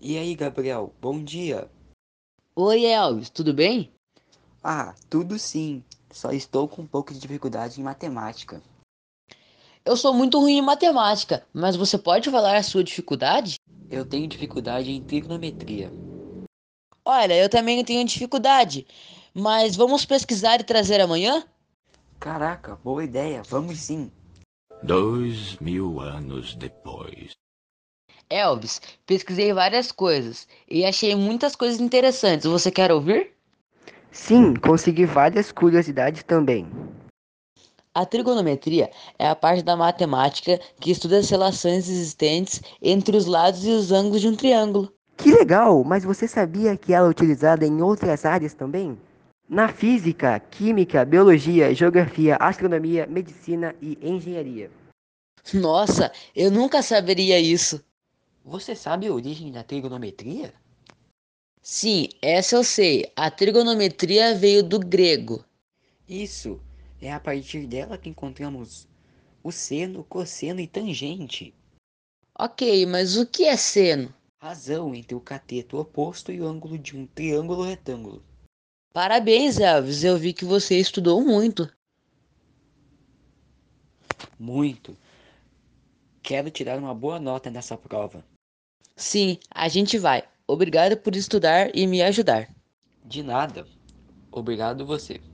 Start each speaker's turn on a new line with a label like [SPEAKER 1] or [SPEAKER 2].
[SPEAKER 1] E aí, Gabriel, bom dia.
[SPEAKER 2] Oi, Elvis, tudo bem?
[SPEAKER 1] Ah, tudo sim. Só estou com um pouco de dificuldade em matemática.
[SPEAKER 2] Eu sou muito ruim em matemática, mas você pode falar a sua dificuldade?
[SPEAKER 1] Eu tenho dificuldade em trigonometria.
[SPEAKER 2] Olha, eu também tenho dificuldade, mas vamos pesquisar e trazer amanhã?
[SPEAKER 1] Caraca, boa ideia. Vamos sim.
[SPEAKER 3] Dois mil anos depois.
[SPEAKER 2] Elvis, pesquisei várias coisas e achei muitas coisas interessantes. Você quer ouvir?
[SPEAKER 4] Sim, consegui várias curiosidades também.
[SPEAKER 2] A trigonometria é a parte da matemática que estuda as relações existentes entre os lados e os ângulos de um triângulo.
[SPEAKER 4] Que legal! Mas você sabia que ela é utilizada em outras áreas também? Na física, química, biologia, geografia, astronomia, medicina e engenharia.
[SPEAKER 2] Nossa, eu nunca saberia isso.
[SPEAKER 1] Você sabe a origem da trigonometria?
[SPEAKER 2] Sim, essa eu sei. A trigonometria veio do grego.
[SPEAKER 1] Isso. É a partir dela que encontramos o seno, cosseno e tangente.
[SPEAKER 2] Ok, mas o que é seno?
[SPEAKER 1] Razão entre o cateto oposto e o ângulo de um triângulo retângulo.
[SPEAKER 2] Parabéns, Elvis. Eu vi que você estudou muito.
[SPEAKER 1] Muito. Quero tirar uma boa nota nessa prova.
[SPEAKER 2] Sim, a gente vai. Obrigado por estudar e me ajudar.
[SPEAKER 1] De nada. Obrigado você.